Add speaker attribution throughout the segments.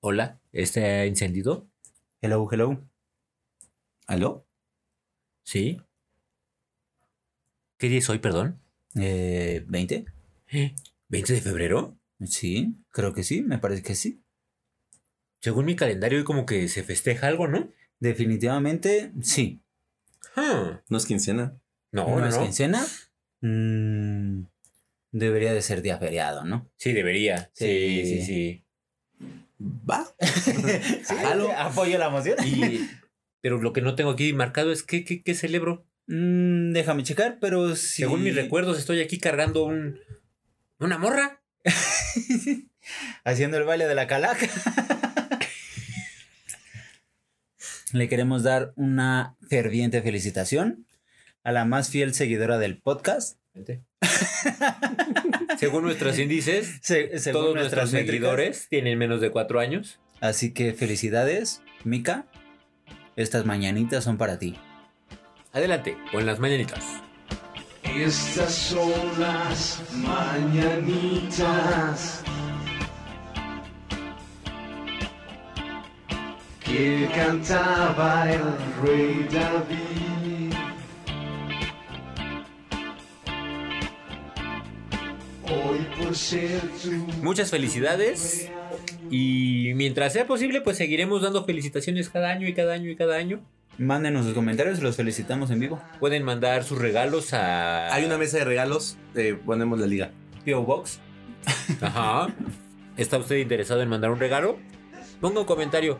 Speaker 1: Hola, ¿este encendido?
Speaker 2: Hello, hello.
Speaker 3: ¿Aló?
Speaker 1: Sí. ¿Qué día es hoy, perdón?
Speaker 3: Eh, ¿20?
Speaker 1: ¿20 de febrero?
Speaker 3: Sí, creo que sí, me parece que sí.
Speaker 1: Según mi calendario, hoy como que se festeja algo, ¿no?
Speaker 3: Definitivamente sí.
Speaker 1: Ah,
Speaker 4: No es quincena.
Speaker 1: No,
Speaker 3: ¿No
Speaker 1: no,
Speaker 3: es
Speaker 1: no.
Speaker 3: quincena? Mm, debería de ser día feriado, ¿no?
Speaker 1: Sí, debería. Sí,
Speaker 3: Sí.
Speaker 1: sí, sí.
Speaker 4: Va.
Speaker 3: Jalo. Apoyo la moción.
Speaker 1: Y- pero lo que no tengo aquí marcado es qué, qué, qué celebro.
Speaker 3: Mm, déjame checar, pero sí.
Speaker 1: Según mis recuerdos, estoy aquí cargando un. ¿Una morra?
Speaker 3: Haciendo el baile de la calaca. Le queremos dar una ferviente felicitación a la más fiel seguidora del podcast.
Speaker 1: Según nuestros índices,
Speaker 3: Se- según
Speaker 1: todos nuestros
Speaker 3: nuestras métricas.
Speaker 1: seguidores tienen menos de cuatro años.
Speaker 3: Así que felicidades, Mika. Estas mañanitas son para ti.
Speaker 1: Adelante, con las mañanitas.
Speaker 5: Estas son las mañanitas que cantaba el rey David. Hoy por ser tu
Speaker 1: Muchas felicidades. Y mientras sea posible, pues seguiremos dando felicitaciones cada año y cada año y cada año.
Speaker 3: Mándenos sus comentarios, los felicitamos en vivo.
Speaker 1: Pueden mandar sus regalos a.
Speaker 4: Hay una mesa de regalos, eh, ponemos la liga.
Speaker 1: PO Box. Ajá. ¿Está usted interesado en mandar un regalo? Ponga un comentario.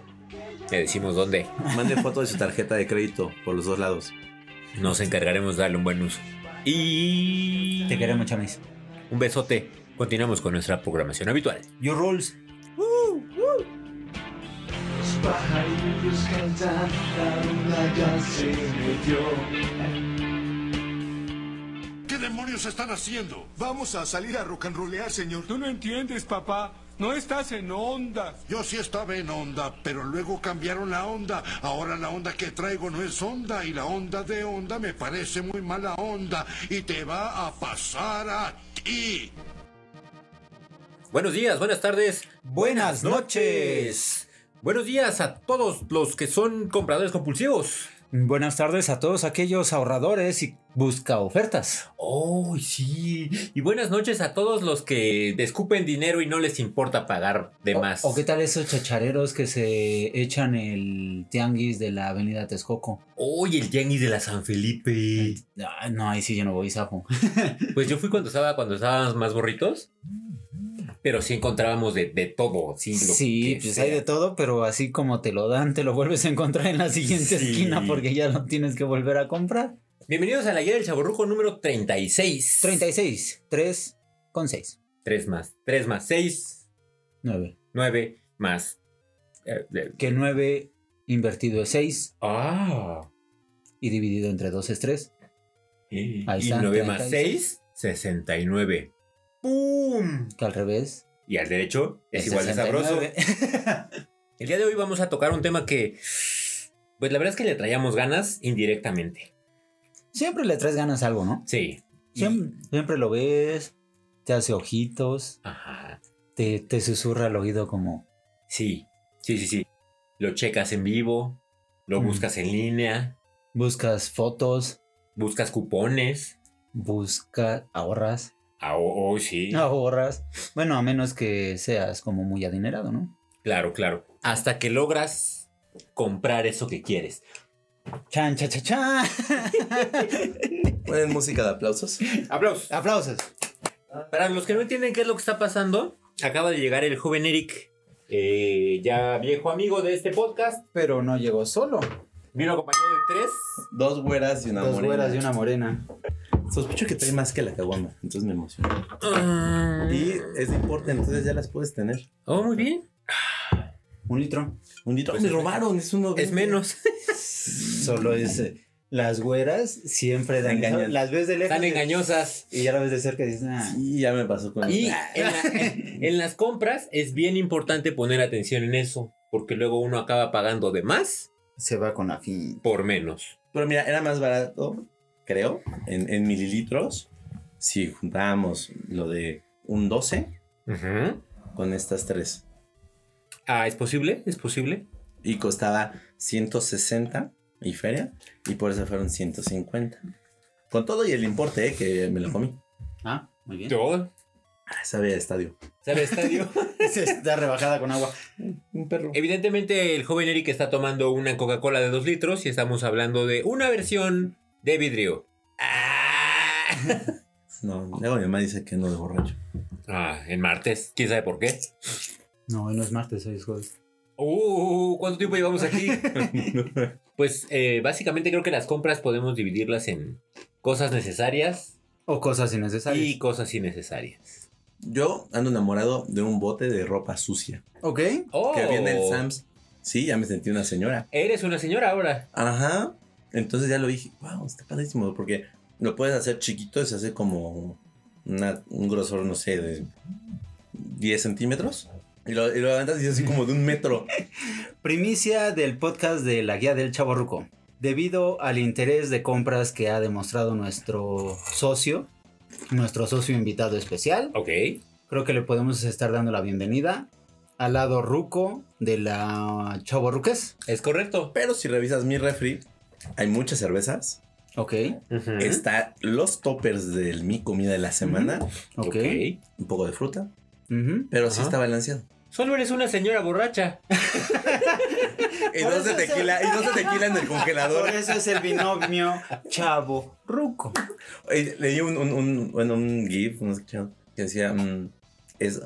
Speaker 1: Le decimos dónde.
Speaker 4: Mande foto de su tarjeta de crédito por los dos lados.
Speaker 1: Nos encargaremos de darle un buen uso. Y.
Speaker 3: Te queremos, chamis.
Speaker 1: Un besote. Continuamos con nuestra programación habitual.
Speaker 3: Your rules.
Speaker 5: Los pajarillos cantan, la luna ya se metió.
Speaker 6: ¿Qué demonios están haciendo?
Speaker 7: Vamos a salir a rock and rollear, señor.
Speaker 8: Tú no entiendes, papá. No estás en ondas.
Speaker 6: Yo sí estaba en onda, pero luego cambiaron la onda. Ahora la onda que traigo no es onda y la onda de onda me parece muy mala onda y te va a pasar a ti.
Speaker 1: Buenos días, buenas tardes.
Speaker 3: Buenas
Speaker 1: noches. Buenos días a todos los que son compradores compulsivos.
Speaker 3: Buenas tardes a todos aquellos ahorradores y busca ofertas.
Speaker 1: ¡Oh, sí! Y buenas noches a todos los que descupen dinero y no les importa pagar de más.
Speaker 3: ¿O qué tal esos chachareros que se echan el tianguis de la avenida Texcoco?
Speaker 1: ¡Oye, el tianguis de la San Felipe!
Speaker 3: Ah, no, ahí sí yo no voy, sapo.
Speaker 1: Pues yo fui cuando estaba, cuando estábamos más borritos. Pero sí encontrábamos de, de todo, sí. lo
Speaker 3: Sí,
Speaker 1: que
Speaker 3: pues
Speaker 1: sea.
Speaker 3: hay de todo, pero así como te lo dan, te lo vuelves a encontrar en la siguiente
Speaker 1: Sí.
Speaker 3: esquina porque ya lo tienes que volver a comprar.
Speaker 1: Bienvenidos a la guía del chaborruco número 36.
Speaker 3: 36, 3 con 6,
Speaker 1: 3 más. 3 más 6,
Speaker 3: 9.
Speaker 1: 9 más. eh, eh,
Speaker 3: Que 9 invertido es 6
Speaker 1: ¡Ah!
Speaker 3: y dividido entre 2 es 3.
Speaker 1: Y
Speaker 3: Ahí está,
Speaker 1: 9 más
Speaker 3: 36.
Speaker 1: 6, 69. ¡Pum!
Speaker 3: Que al revés
Speaker 1: Y al derecho es,
Speaker 3: es
Speaker 1: igual de sabroso.
Speaker 3: 69.
Speaker 1: El día de hoy vamos a tocar un tema que, pues la verdad es que le traíamos ganas indirectamente.
Speaker 3: Siempre le traes ganas a algo, ¿no?
Speaker 1: Sí.
Speaker 3: Siem- siempre lo ves, te hace ojitos,
Speaker 1: Ajá.
Speaker 3: te, te susurra al oído como...
Speaker 1: Sí, sí, sí, sí. Lo checas en vivo, lo
Speaker 3: Mm.
Speaker 1: buscas en línea,
Speaker 3: Buscas fotos,
Speaker 1: buscas cupones.
Speaker 3: buscas, ahorras,
Speaker 1: Ah, oh, oh, sí.
Speaker 3: ahorras. Bueno, a menos que seas como muy adinerado, ¿no?
Speaker 1: Claro, claro. Hasta que logras comprar eso que quieres.
Speaker 3: Chan, chan, chan, chan.
Speaker 4: Ponen música de aplausos.
Speaker 1: ¡Aplausos!
Speaker 3: Aplausos.
Speaker 1: Para los que no entienden qué es lo que está pasando, acaba de llegar el joven Eric, eh, ya viejo amigo de este podcast.
Speaker 3: Pero no llegó solo.
Speaker 1: Vino acompañado de tres.
Speaker 4: Dos güeras y una
Speaker 3: Dos
Speaker 4: morena.
Speaker 3: güeras y una morena.
Speaker 4: Sospecho que trae más que la caguama, entonces me emociono.
Speaker 1: Ah.
Speaker 4: Y es de importe, entonces ya las puedes tener.
Speaker 1: Oh, muy bien.
Speaker 3: Un litro.
Speaker 4: Un litro.
Speaker 1: Pues
Speaker 4: me
Speaker 1: es-
Speaker 4: robaron, es uno.
Speaker 1: Es menos.
Speaker 3: Solo es... eh, Las güeras siempre dan...
Speaker 4: Engañan.
Speaker 3: eso. Las ves de lejos
Speaker 1: Están
Speaker 3: y-
Speaker 1: engañosas.
Speaker 3: y ya la ves de cerca y dices... "Ah".
Speaker 4: Y ya me pasó con
Speaker 1: Y en, la- en- en las compras es bien importante poner atención en eso, porque luego uno acaba pagando de más
Speaker 3: Se va con la fin.
Speaker 1: por menos.
Speaker 4: Pero mira, era más barato, creo, en, en mililitros. Si juntábamos lo de un 12
Speaker 1: Ujú.
Speaker 4: con estas tres.
Speaker 1: Ah, ¿es posible? ¿Es posible?
Speaker 4: Y costaba 160 y feria. Y por eso fueron 150. Con todo y el importe, eh, que me lo comí.
Speaker 3: Ah, muy bien.
Speaker 1: Yo.
Speaker 4: Ah, Sabía de estadio.
Speaker 1: ¿Sabe estadio?
Speaker 3: Está rebajada con agua.
Speaker 4: Un perro.
Speaker 1: Evidentemente, el joven Eric está tomando una Coca-Cola de 2 litros y estamos hablando de una versión de vidrio. Ah,
Speaker 4: No, luego mi mamá dice que no de borracho.
Speaker 1: Ah, en martes. ¿Quién sabe por qué?
Speaker 3: No, hoy no es martes, hoy es jueves.
Speaker 1: Uh, ¿cuánto tiempo llevamos aquí? pues eh, básicamente creo que las compras podemos dividirlas en cosas necesarias
Speaker 3: O cosas innecesarias.
Speaker 1: y cosas innecesarias.
Speaker 4: Yo ando enamorado de un bote de ropa sucia.
Speaker 3: Ok.
Speaker 1: Oh,
Speaker 4: Que viene el Sams. Sí, ya me sentí una señora.
Speaker 1: Eres una señora ahora.
Speaker 4: Ajá. Entonces ya lo dije, wow, está padrísimo, porque lo puedes hacer chiquito y se hace como una- un grosor, no sé, de 10 centímetros. Y lo, y lo levantas y es así como de un metro.
Speaker 3: Primicia del podcast de la guía del Chaborruco. Debido al interés de compras que ha demostrado nuestro socio, nuestro socio invitado especial,
Speaker 1: Ok.
Speaker 3: creo que le podemos estar dando la bienvenida al lado ruco de la Chaborruques.
Speaker 1: Es correcto.
Speaker 4: Pero si revisas mi refri, hay muchas cervezas.
Speaker 3: Ok,
Speaker 1: Ujú.
Speaker 4: Está los toppers de mi comida de la semana.
Speaker 3: ok.
Speaker 1: ok.
Speaker 4: Un poco de fruta.
Speaker 3: Ujú.
Speaker 4: Pero sí
Speaker 1: Ajá.
Speaker 4: está balanceado.
Speaker 1: Solo eres una señora borracha.
Speaker 4: Y
Speaker 3: Por
Speaker 4: dos de
Speaker 3: eso se-
Speaker 4: tequila, y dos de tequila en el
Speaker 3: Por
Speaker 4: congelador.
Speaker 3: eso es el binomio Chavo Ruco.
Speaker 4: Oye, Leí un, un, un, bueno, un GIF no sé qué, que decía: mm, es,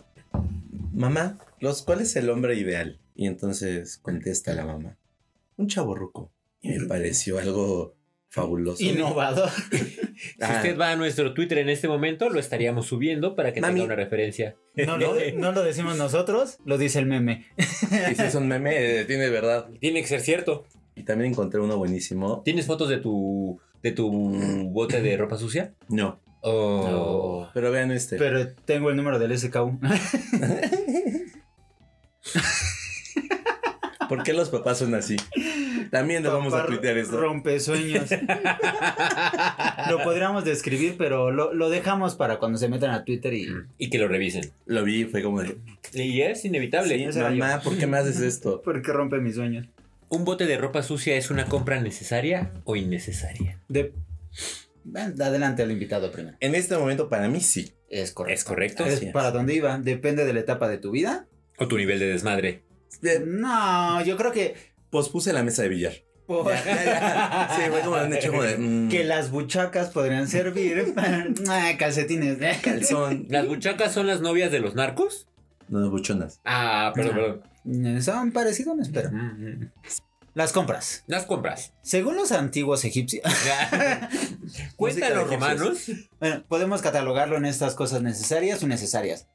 Speaker 4: Mamá, los, ¿cuál es el hombre ideal? Y entonces contesta la mamá: Un chavo ruco. Y me pareció algo fabuloso.
Speaker 3: Innovador.
Speaker 1: Si
Speaker 4: Ah,
Speaker 1: usted va a nuestro Twitter en este momento, lo estaríamos subiendo para que
Speaker 4: Mami.
Speaker 1: tenga una referencia.
Speaker 3: No lo, no lo decimos nosotros, lo dice el meme.
Speaker 4: y si es un meme, eh, tiene verdad.
Speaker 1: Tiene que ser cierto.
Speaker 4: Y también encontré uno buenísimo.
Speaker 1: ¿Tienes fotos de tu de tu bote de ropa sucia?
Speaker 4: No,
Speaker 1: Oh.
Speaker 4: pero vean este.
Speaker 3: Pero tengo el número del SKU.
Speaker 4: ¿Por qué los papás son así? También nos vamos a
Speaker 3: Papá
Speaker 4: tuitear esto.
Speaker 3: Rompe sueños. lo podríamos describir, pero lo, lo dejamos para cuando se metan a Twitter y.
Speaker 1: Y que lo revisen.
Speaker 4: Lo vi, fue como de,
Speaker 1: Y es inevitable.
Speaker 4: "Sí,
Speaker 3: ese era
Speaker 4: mamá, ¿por qué me haces esto?
Speaker 3: Porque rompe mis sueños.
Speaker 1: ¿Un bote de ropa sucia es una compra necesaria o innecesaria?
Speaker 3: De... Ven, Adelante al invitado primero.
Speaker 4: En este momento, para mí sí.
Speaker 3: Es correcto.
Speaker 1: ¿Es correcto?
Speaker 3: Es
Speaker 4: Así es.
Speaker 3: para dónde iba. Depende de la etapa de tu vida.
Speaker 1: ¿O tu nivel de desmadre?
Speaker 4: Eh,
Speaker 3: No, yo creo que.
Speaker 4: Pospuse la mesa de billar.
Speaker 3: por-
Speaker 4: sí, fue como un hecho como de. mm,
Speaker 3: que las buchacas podrían servir. para- Ah, Calcetines. ¿eh?
Speaker 4: calzón.
Speaker 1: ¿Las buchacas son las novias de los narcos?
Speaker 4: No, no, buchonas.
Speaker 1: Ah, perdón,
Speaker 3: No.
Speaker 1: perdón.
Speaker 3: eh, Son parecidos, pero.
Speaker 1: Mm, mm.
Speaker 3: Las compras.
Speaker 1: Las compras.
Speaker 3: Según los antiguos egipcios.
Speaker 1: Cuentan los
Speaker 4: Música de
Speaker 1: romanos.
Speaker 3: Bueno, podemos catalogarlo en estas cosas necesarias o innecesarias.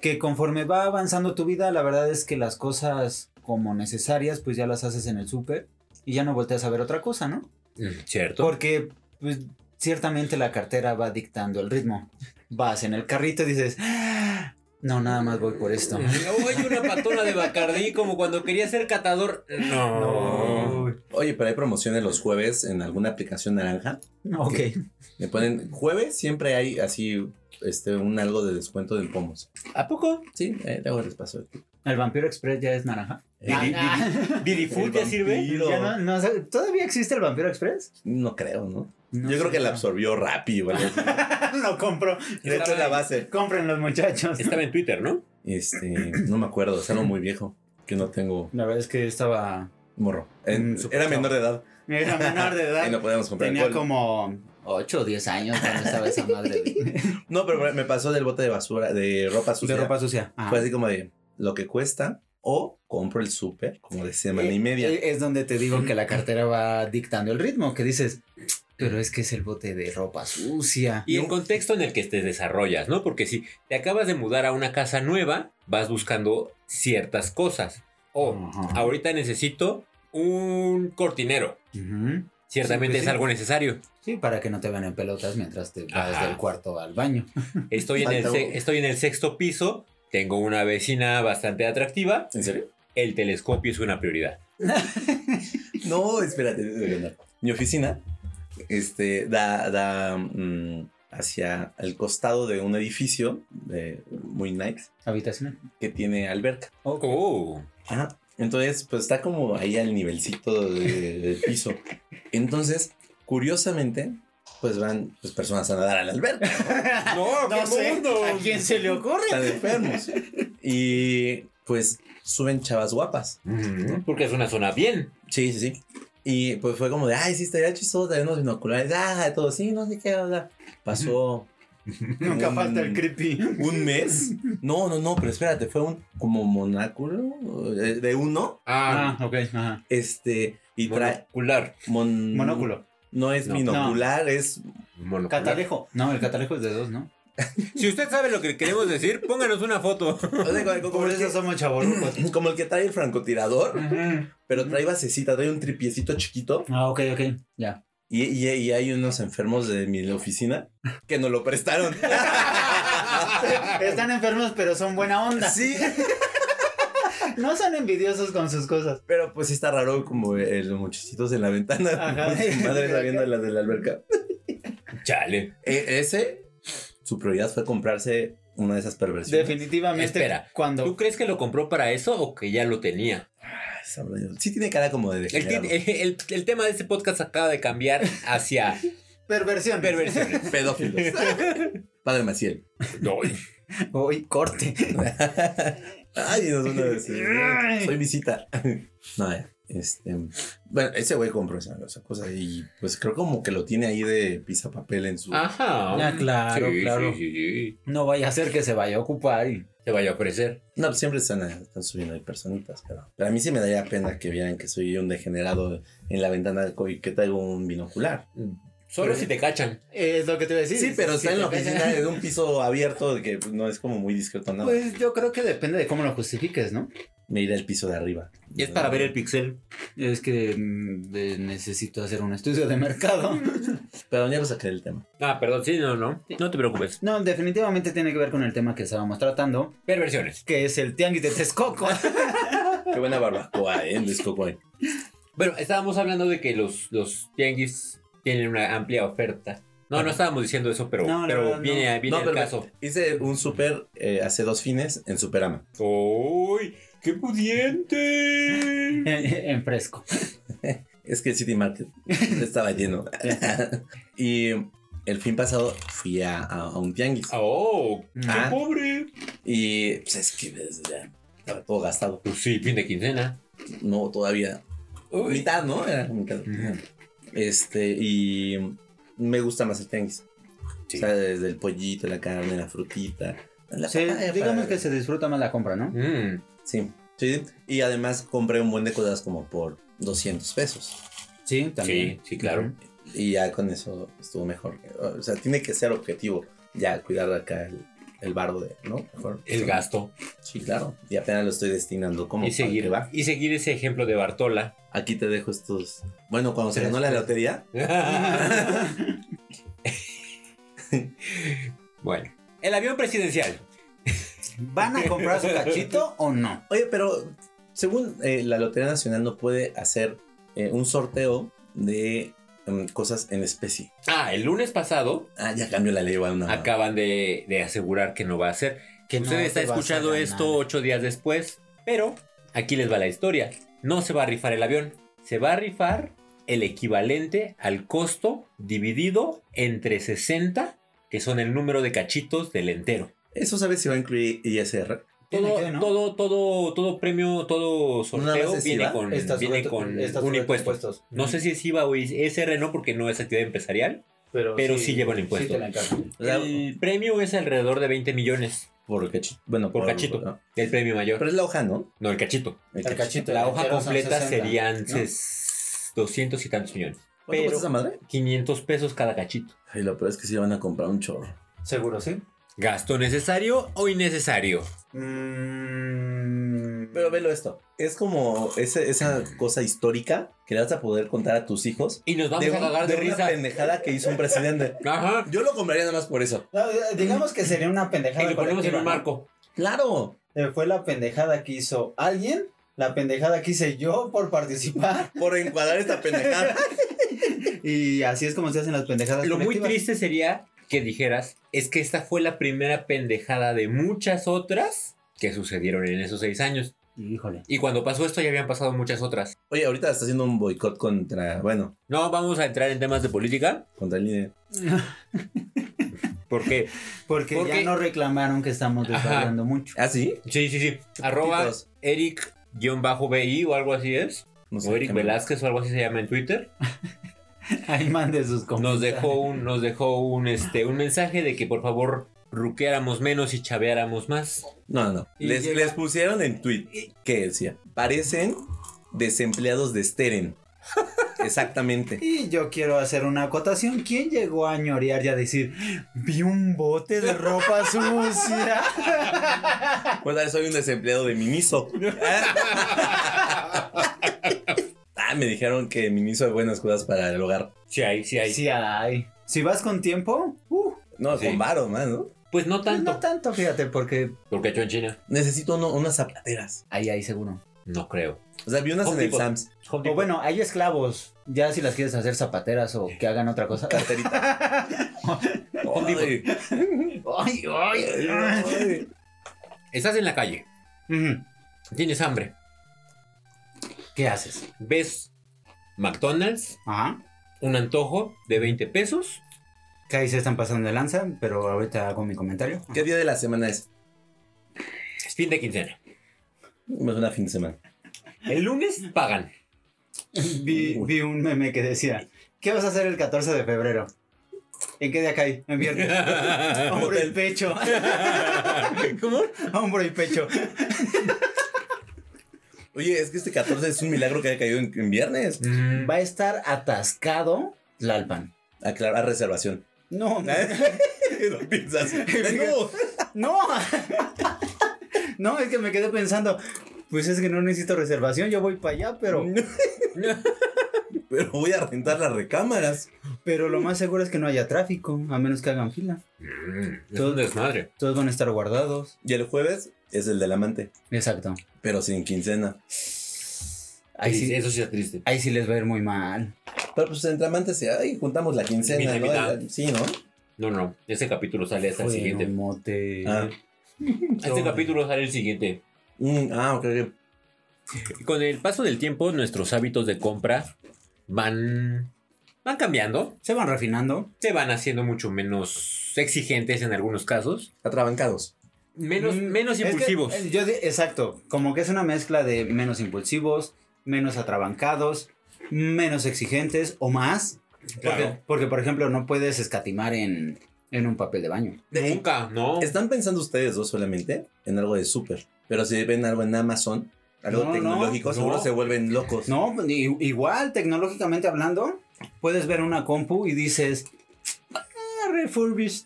Speaker 3: Que conforme va avanzando tu vida, la verdad es que las cosas como necesarias, pues ya las haces en el súper y ya no volteas a ver otra cosa, ¿no?
Speaker 1: Mm, Cierto.
Speaker 3: Porque pues, ciertamente la cartera va dictando el ritmo. Vas en el carrito y dices, "Ah, no, nada más voy por esto.
Speaker 1: Oye, una patona de Bacardí como cuando quería ser catador. No.
Speaker 4: Oye, pero hay promociones los jueves en alguna aplicación naranja.
Speaker 3: Ok.
Speaker 4: Me ponen jueves, siempre hay así este un algo de descuento del pomos.
Speaker 1: ¿A poco?
Speaker 4: Sí, eh, luego les paso.
Speaker 3: ¿El Vampiro Express ya es naranja?
Speaker 4: Eh,
Speaker 3: Ah, ah,
Speaker 1: ¿Dirifood
Speaker 4: El
Speaker 1: ya sirve?
Speaker 4: vampiro.
Speaker 3: ya no- no sé, ¿Todavía existe el Vampiro Express?
Speaker 4: No creo, ¿no?
Speaker 3: No
Speaker 4: Yo creo
Speaker 3: sé.
Speaker 4: que la absorbió rápido.
Speaker 3: Lo compro.
Speaker 4: De hecho, es la base.
Speaker 3: Compren los muchachos.
Speaker 1: Estaba en Twitter, ¿no?
Speaker 4: Este, no me acuerdo, es algo muy viejo que no tengo
Speaker 3: La verdad es que estaba.
Speaker 4: morro. En-
Speaker 3: Mm, súper
Speaker 4: era menor de edad
Speaker 3: Era menor de edad.
Speaker 4: y no podíamos comprar
Speaker 3: Tenía
Speaker 4: alcohol.
Speaker 3: como 8 o 10 años cuando estaba esa madre. De,
Speaker 4: No, pero me pasó del bote de basura, de ropa sucia.
Speaker 3: sucia. Ajá.
Speaker 4: Fue así como de lo que cuesta o compro el súper como de semana y
Speaker 3: Eh,
Speaker 4: media.
Speaker 3: eh, Es donde te digo que la cartera va dictando el ritmo, que dices, pero es que es el bote de ropa sucia.
Speaker 1: Y el contexto en el que te desarrollas, ¿no? Porque si te acabas de mudar a una casa nueva, vas buscando ciertas cosas. O
Speaker 4: oh, ah,
Speaker 3: Ajá.
Speaker 1: ahorita necesito un cortinero.
Speaker 3: Ujú.
Speaker 1: Ciertamente
Speaker 3: Sí, pues
Speaker 1: es
Speaker 3: sí.
Speaker 1: algo necesario.
Speaker 3: Sí, para que no te vean en pelotas mientras te vas
Speaker 1: Ajá.
Speaker 3: del cuarto al baño.
Speaker 1: Estoy en, el,
Speaker 4: Falta
Speaker 1: se-
Speaker 4: un-
Speaker 1: estoy en el sexto piso, tengo una vecina bastante atractiva,
Speaker 4: ¿En serio?
Speaker 1: el telescopio es una prioridad.
Speaker 4: No, espérate. no, no, no. Mi oficina este, da, da mm, hacia el costado de un edificio eh, muy nice
Speaker 3: Habitación.
Speaker 4: que tiene alberca.
Speaker 3: Ok.
Speaker 1: Oh.
Speaker 4: Ajá. Entonces, pues está como ahí al nivelcito de- del piso. Entonces, curiosamente, pues van pues, personas a nadar al alberca.
Speaker 1: No,
Speaker 3: No sé,
Speaker 4: Oh.
Speaker 3: ¿a quién se le ocurre?
Speaker 4: Están enfermos. Y pues suben chavas guapas.
Speaker 1: Porque es una zona bien.
Speaker 4: Sí, sí, sí. Y pues fue como de, ay, sí, estaría chistoso tener unos binoculares. Ah, todo, sí, no sé qué, bla, bla. Pasó
Speaker 2: Nunca
Speaker 4: Mm.
Speaker 2: falta el creepy.
Speaker 4: un mes. No, no, no, pero espérate, fue un como monáculo eh, de uno.
Speaker 1: Ah,
Speaker 3: Ah, ok, ajá.
Speaker 4: Este, y trae.
Speaker 1: monocular.
Speaker 4: mon-
Speaker 2: Monóculo.
Speaker 4: No es
Speaker 1: No.
Speaker 4: binocular, es. Mm.
Speaker 1: Monocular.
Speaker 2: Catalejo.
Speaker 3: No, el catalejo es de dos, ¿no?
Speaker 1: Si usted sabe lo que queremos decir, pónganos una foto.
Speaker 4: o sea, como, como
Speaker 2: Por
Speaker 4: el
Speaker 2: eso
Speaker 4: que,
Speaker 2: somos chavorrucos.
Speaker 4: como el que trae el francotirador, pero trae basecita, trae un tripiecito chiquito.
Speaker 3: Ah, ok, ok. Ya.
Speaker 4: Y, y- y hay unos enfermos de mi oficina que nos lo prestaron.
Speaker 3: Ah,
Speaker 2: Están enfermos, pero son buena onda.
Speaker 4: sí.
Speaker 2: No son envidiosos con sus cosas.
Speaker 4: Pero pues sí está raro como eh, los muchachitos en la ventana.
Speaker 2: Ajá.
Speaker 4: con su madre sabiendo la de la alberca.
Speaker 1: Chale.
Speaker 4: E- ese, su prioridad fue comprarse una de esas perversiones.
Speaker 2: Definitivamente.
Speaker 1: Espera, ¿Tú
Speaker 2: Cuando.
Speaker 1: crees que lo compró para eso o que ya lo tenía?
Speaker 4: Ay, sabrá Dios. Ah, Sí tiene cara como de
Speaker 1: El, ti-
Speaker 4: degenerado.
Speaker 1: el- el tema de este podcast acaba de cambiar hacia
Speaker 2: Perversión.
Speaker 1: perversiones.
Speaker 4: Pedófilos. Padre Maciel.
Speaker 2: Hoy corte.
Speaker 4: Ay, nos van a decir, Soy visita. No, eh, este. Bueno, ese güey compró esa, esa cosa y pues creo como que lo tiene ahí de pizza papel en su.
Speaker 1: Ajá.
Speaker 3: Ah, claro,
Speaker 1: Sí,
Speaker 3: claro.
Speaker 1: sí, sí, sí.
Speaker 3: No vaya a ser que se vaya a ocupar y.
Speaker 1: Se vaya a ofrecer.
Speaker 4: No, pues siempre están, están subiendo ahí personitas, pero, pero a mí sí me daría pena que vieran que soy un degenerado en la ventana del COVID que traigo un binocular.
Speaker 1: Solo si te cachan.
Speaker 2: Es lo que te iba a decir.
Speaker 4: Sí, pero está en la
Speaker 2: te
Speaker 4: oficina
Speaker 2: callan.
Speaker 4: de un piso abierto que pues, no es como muy discreto nada.
Speaker 2: Pues yo creo que depende de cómo lo justifiques, ¿no?
Speaker 4: me iré al piso de arriba.
Speaker 1: Es para ver el pixel.
Speaker 3: Es que mm, de- necesito hacer un estudio de mercado.
Speaker 4: Pero ya lo saqué del tema.
Speaker 1: Ah, perdón, sí, no, no. No te preocupes.
Speaker 3: No, definitivamente tiene que ver con el tema que estábamos tratando,
Speaker 1: Perversiones.
Speaker 3: que es el tianguis de Texcoco.
Speaker 4: Qué buena barbacoa, ¿eh? En Descocoy.
Speaker 1: Bueno, estábamos hablando de que los, los tianguis tienen una amplia oferta. No, no estábamos diciendo eso, pero,
Speaker 3: No, la
Speaker 1: pero
Speaker 3: verdad, no.
Speaker 1: viene, viene
Speaker 4: No,
Speaker 1: el
Speaker 4: pero me-
Speaker 1: caso.
Speaker 4: Hice un súper eh, hace dos fines en Superama.
Speaker 1: ¡Uy! ¡Qué pudiente!
Speaker 3: en fresco.
Speaker 4: Es que el City Market estaba lleno. y el fin pasado fui a, a- a un tianguis.
Speaker 1: ¡Oh! ¡Qué
Speaker 4: Ah.
Speaker 1: pobre!
Speaker 4: Y pues es que pues, ya estaba todo gastado.
Speaker 1: Pues sí, fin de quincena.
Speaker 4: No, todavía. Mitad, ¿no? Eh. Era mitad.
Speaker 1: Ujú.
Speaker 4: Este, y me gusta más el tianguis. O sea, desde el pollito, la carne, la frutita. La
Speaker 3: Sí,
Speaker 2: Ah,
Speaker 4: papaya
Speaker 3: digamos
Speaker 4: para-
Speaker 3: que se disfruta más la compra, ¿no?
Speaker 1: Mm.
Speaker 4: Sí, sí. Y además compré un buen de cosas como por 200 pesos.
Speaker 3: Sí, también.
Speaker 1: Sí, sí, claro.
Speaker 4: Y ya con eso estuvo mejor. O sea, tiene que ser objetivo. Ya cuidar acá el, el bardo de, ¿no? Mejor.
Speaker 1: El gasto.
Speaker 4: Sí, claro. Y apenas lo estoy destinando como
Speaker 1: Y
Speaker 4: para que
Speaker 1: seguir,
Speaker 4: va.
Speaker 1: y seguir ese ejemplo de Bartola.
Speaker 4: Aquí te dejo estos. Bueno, cuando se ganó la
Speaker 3: Tres
Speaker 4: lotería,
Speaker 1: bueno. El avión presidencial.
Speaker 3: ¿Van a comprar su cachito o no?
Speaker 4: Oye, pero según eh, la Lotería Nacional no puede hacer eh, un sorteo de mm, cosas en especie.
Speaker 1: Ah, el lunes pasado
Speaker 4: Ah, ya cambió la ley igual una.
Speaker 1: acaban de, de asegurar que no va a ser. Que
Speaker 3: no
Speaker 1: usted
Speaker 3: te
Speaker 1: está
Speaker 3: vas a
Speaker 1: escuchando
Speaker 3: ganar.
Speaker 1: esto ocho días después. Pero aquí les va la historia. No se va a rifar el avión. Se va a rifar el equivalente al costo dividido entre 60, que son el número de cachitos del entero.
Speaker 4: Eso sabes si va a incluir ISR.
Speaker 1: Todo,
Speaker 3: Tiene que, ¿no?
Speaker 1: todo, todo, todo premio, todo
Speaker 4: Nada
Speaker 1: sorteo
Speaker 4: más es
Speaker 1: viene
Speaker 4: IVA.
Speaker 1: con,
Speaker 2: Estas
Speaker 1: viene
Speaker 2: sobre-
Speaker 1: con
Speaker 2: estas
Speaker 1: un
Speaker 2: sobre
Speaker 1: impuesto.
Speaker 2: impuestos.
Speaker 1: No sé si es IVA o SR, no, porque no es actividad empresarial, pero sí, lleva el impuesto.
Speaker 4: O sea,
Speaker 1: el premio es alrededor de 20 millones.
Speaker 4: por cachito. Bueno,
Speaker 1: Por cachito.
Speaker 4: ah,
Speaker 1: El premio mayor.
Speaker 4: Pero es la hoja, ¿no?
Speaker 1: no, el cachito.
Speaker 2: El cachito.
Speaker 1: La
Speaker 2: el
Speaker 1: hoja
Speaker 2: entero son
Speaker 1: completa
Speaker 2: 60,
Speaker 1: serían
Speaker 2: ¿no?
Speaker 1: ses- 200 y tantos millones.
Speaker 4: ¿Cuánto
Speaker 1: Pero-
Speaker 4: cuesta esa madre?
Speaker 1: 500 pesos cada cachito.
Speaker 4: Ay, lo peor es que sí van a comprar un chorro.
Speaker 2: Seguro, sí.
Speaker 1: ¿Gasto necesario o innecesario?
Speaker 3: Mm.
Speaker 4: Pero velo esto. Es como ese- esa cosa histórica que le vas a poder contar a tus hijos.
Speaker 1: Y nos vamos
Speaker 4: de
Speaker 1: a
Speaker 4: un-
Speaker 1: cagar de,
Speaker 4: de una
Speaker 1: risa.
Speaker 4: pendejada que hizo un presidente.
Speaker 1: Ajá.
Speaker 4: Yo lo compraría nada más por eso.
Speaker 2: No, eh, digamos que sería una
Speaker 1: Y
Speaker 2: pendejada.
Speaker 1: lo ponemos en
Speaker 2: colectiva,
Speaker 1: un
Speaker 2: ¿no?
Speaker 1: marco.
Speaker 4: Claro.
Speaker 2: Eh, Fue la pendejada que hizo alguien, la pendejada que hice yo por participar.
Speaker 4: Por encuadrar esta pendejada.
Speaker 2: Y así es como se hacen las pendejadas.
Speaker 1: Lo muy
Speaker 2: colectivas.
Speaker 1: triste sería que dijeras es que esta fue la primera pendejada de muchas otras que sucedieron en esos seis años.
Speaker 3: Híjole.
Speaker 1: Y cuando pasó esto ya habían pasado muchas otras.
Speaker 4: Oye, ahorita está haciendo un boicot contra, bueno,
Speaker 1: No vamos a entrar en temas de política
Speaker 4: contra el E. INE.
Speaker 1: porque...
Speaker 3: Porque,
Speaker 1: Porque-
Speaker 3: ya no reclamaron que estamos desvariando mucho.
Speaker 4: ¿Ah, sí?
Speaker 1: Sí, sí, sí. Arroba
Speaker 4: Poquitos.
Speaker 1: Eric-BI o algo así es.
Speaker 4: No
Speaker 1: O Eric
Speaker 4: cambia.
Speaker 1: Velázquez o algo así se llama en Twitter.
Speaker 3: Ahí mande sus
Speaker 1: nos
Speaker 3: comentarios.
Speaker 1: dejó un, nos dejó un, este, un mensaje de que por favor ruqueáramos menos y chaveáramos más.
Speaker 4: No, no.
Speaker 3: Y
Speaker 4: Les,
Speaker 3: llega-
Speaker 4: les pusieron en tweet que decía, parecen desempleados de Steren. Exactamente.
Speaker 3: Y yo quiero hacer una acotación. ¿Quién llegó a ñorear y a decir, vi un bote de ropa sucia?
Speaker 4: Pues ahora soy un desempleado de Miniso. ah, me dijeron que Miniso hay buenas cosas para el hogar.
Speaker 1: Sí, hay, sí hay.
Speaker 3: Sí, hay. Si vas con tiempo, uh,
Speaker 4: No,
Speaker 1: Sí.
Speaker 4: con varo, más, ¿no?
Speaker 1: Pues no
Speaker 3: pues
Speaker 1: tanto.
Speaker 3: no tanto, fíjate, porque
Speaker 1: Porque hecho en China.
Speaker 4: Necesito uno- unas zapateras.
Speaker 3: ahí hay seguro.
Speaker 1: No creo.
Speaker 4: O sea, vi unas en
Speaker 1: Home
Speaker 4: el
Speaker 1: Depot.
Speaker 4: Sams.
Speaker 3: O bueno, hay esclavos. Ya si las quieres hacer zapateras o que hagan otra cosa.
Speaker 4: Carterita. Ay,
Speaker 3: Ay, ay, ay.
Speaker 4: ay.
Speaker 1: Estás en la calle,
Speaker 3: Ujú.
Speaker 1: tienes hambre,
Speaker 3: ¿Qué haces?
Speaker 1: ves McDonald's,
Speaker 3: Ajá.
Speaker 1: un antojo de 20 pesos.
Speaker 3: Que ahí se están pasando de lanza, pero ahorita hago mi comentario.
Speaker 4: ¿Qué día de la semana es?
Speaker 1: Es fin de quincena.
Speaker 4: Es una fin de semana.
Speaker 1: El lunes pagan.
Speaker 3: Vi, vi un meme que decía, ¿qué vas a hacer el 14 de febrero? ¿En qué día cae? En viernes. Hombro y pecho.
Speaker 4: ¿Cómo?
Speaker 3: Hombro y pecho.
Speaker 4: Oye, es que este 14 es un milagro que haya caído en, en viernes.
Speaker 1: Mm,
Speaker 3: Va a estar atascado Tlalpan.
Speaker 4: A, a reservación.
Speaker 3: No,
Speaker 4: no piensas.
Speaker 3: no.
Speaker 4: No.
Speaker 3: No, es que me quedé pensando, pues es que no necesito reservación, yo voy para allá, pero,
Speaker 4: Pero voy a rentar las recámaras.
Speaker 3: pero lo más seguro es que no haya tráfico, a menos que hagan fila.
Speaker 1: mm, es un desmadre.
Speaker 3: Todos van a estar guardados.
Speaker 4: Y el jueves es el del amante,
Speaker 3: Exacto.
Speaker 4: pero sin quincena.
Speaker 3: Ahí
Speaker 1: Sí,
Speaker 3: sí,
Speaker 1: Eso sí es triste.
Speaker 3: ahí sí les va a ir muy mal.
Speaker 4: Pero pues entre amantes, ay, juntamos la quincena,
Speaker 1: Mitad y
Speaker 4: ¿no?
Speaker 1: mitad.
Speaker 4: Sí, ¿no?
Speaker 1: No, no. Ese capítulo sale hasta el
Speaker 3: Fue en
Speaker 1: siguiente.
Speaker 3: un mote.
Speaker 4: Ah,
Speaker 1: Este capítulo sale el siguiente.
Speaker 4: mm, ah ok, ok.
Speaker 1: Con el paso del tiempo, nuestros hábitos de compra van, van cambiando,
Speaker 3: Se van refinando.
Speaker 1: se van haciendo mucho menos exigentes en algunos casos,
Speaker 4: Atrabancados.
Speaker 1: menos,
Speaker 3: Mm,
Speaker 1: menos
Speaker 3: es que,
Speaker 1: impulsivos.
Speaker 3: eh, yo di- exacto, como que es una mezcla de menos impulsivos, menos atrabancados, menos exigentes o más. Porque,
Speaker 1: Claro.
Speaker 3: porque, por ejemplo, no puedes escatimar en, en un papel de baño.
Speaker 1: De nunca, ¿no?
Speaker 4: ¿Están pensando ustedes dos solamente en algo de súper? Pero si ven algo en Amazon, algo
Speaker 3: No, no,
Speaker 4: tecnológico,
Speaker 1: no.
Speaker 4: seguro se vuelven locos.
Speaker 3: No, i- igual, tecnológicamente hablando, puedes ver una compu y dices, ah, refurbished.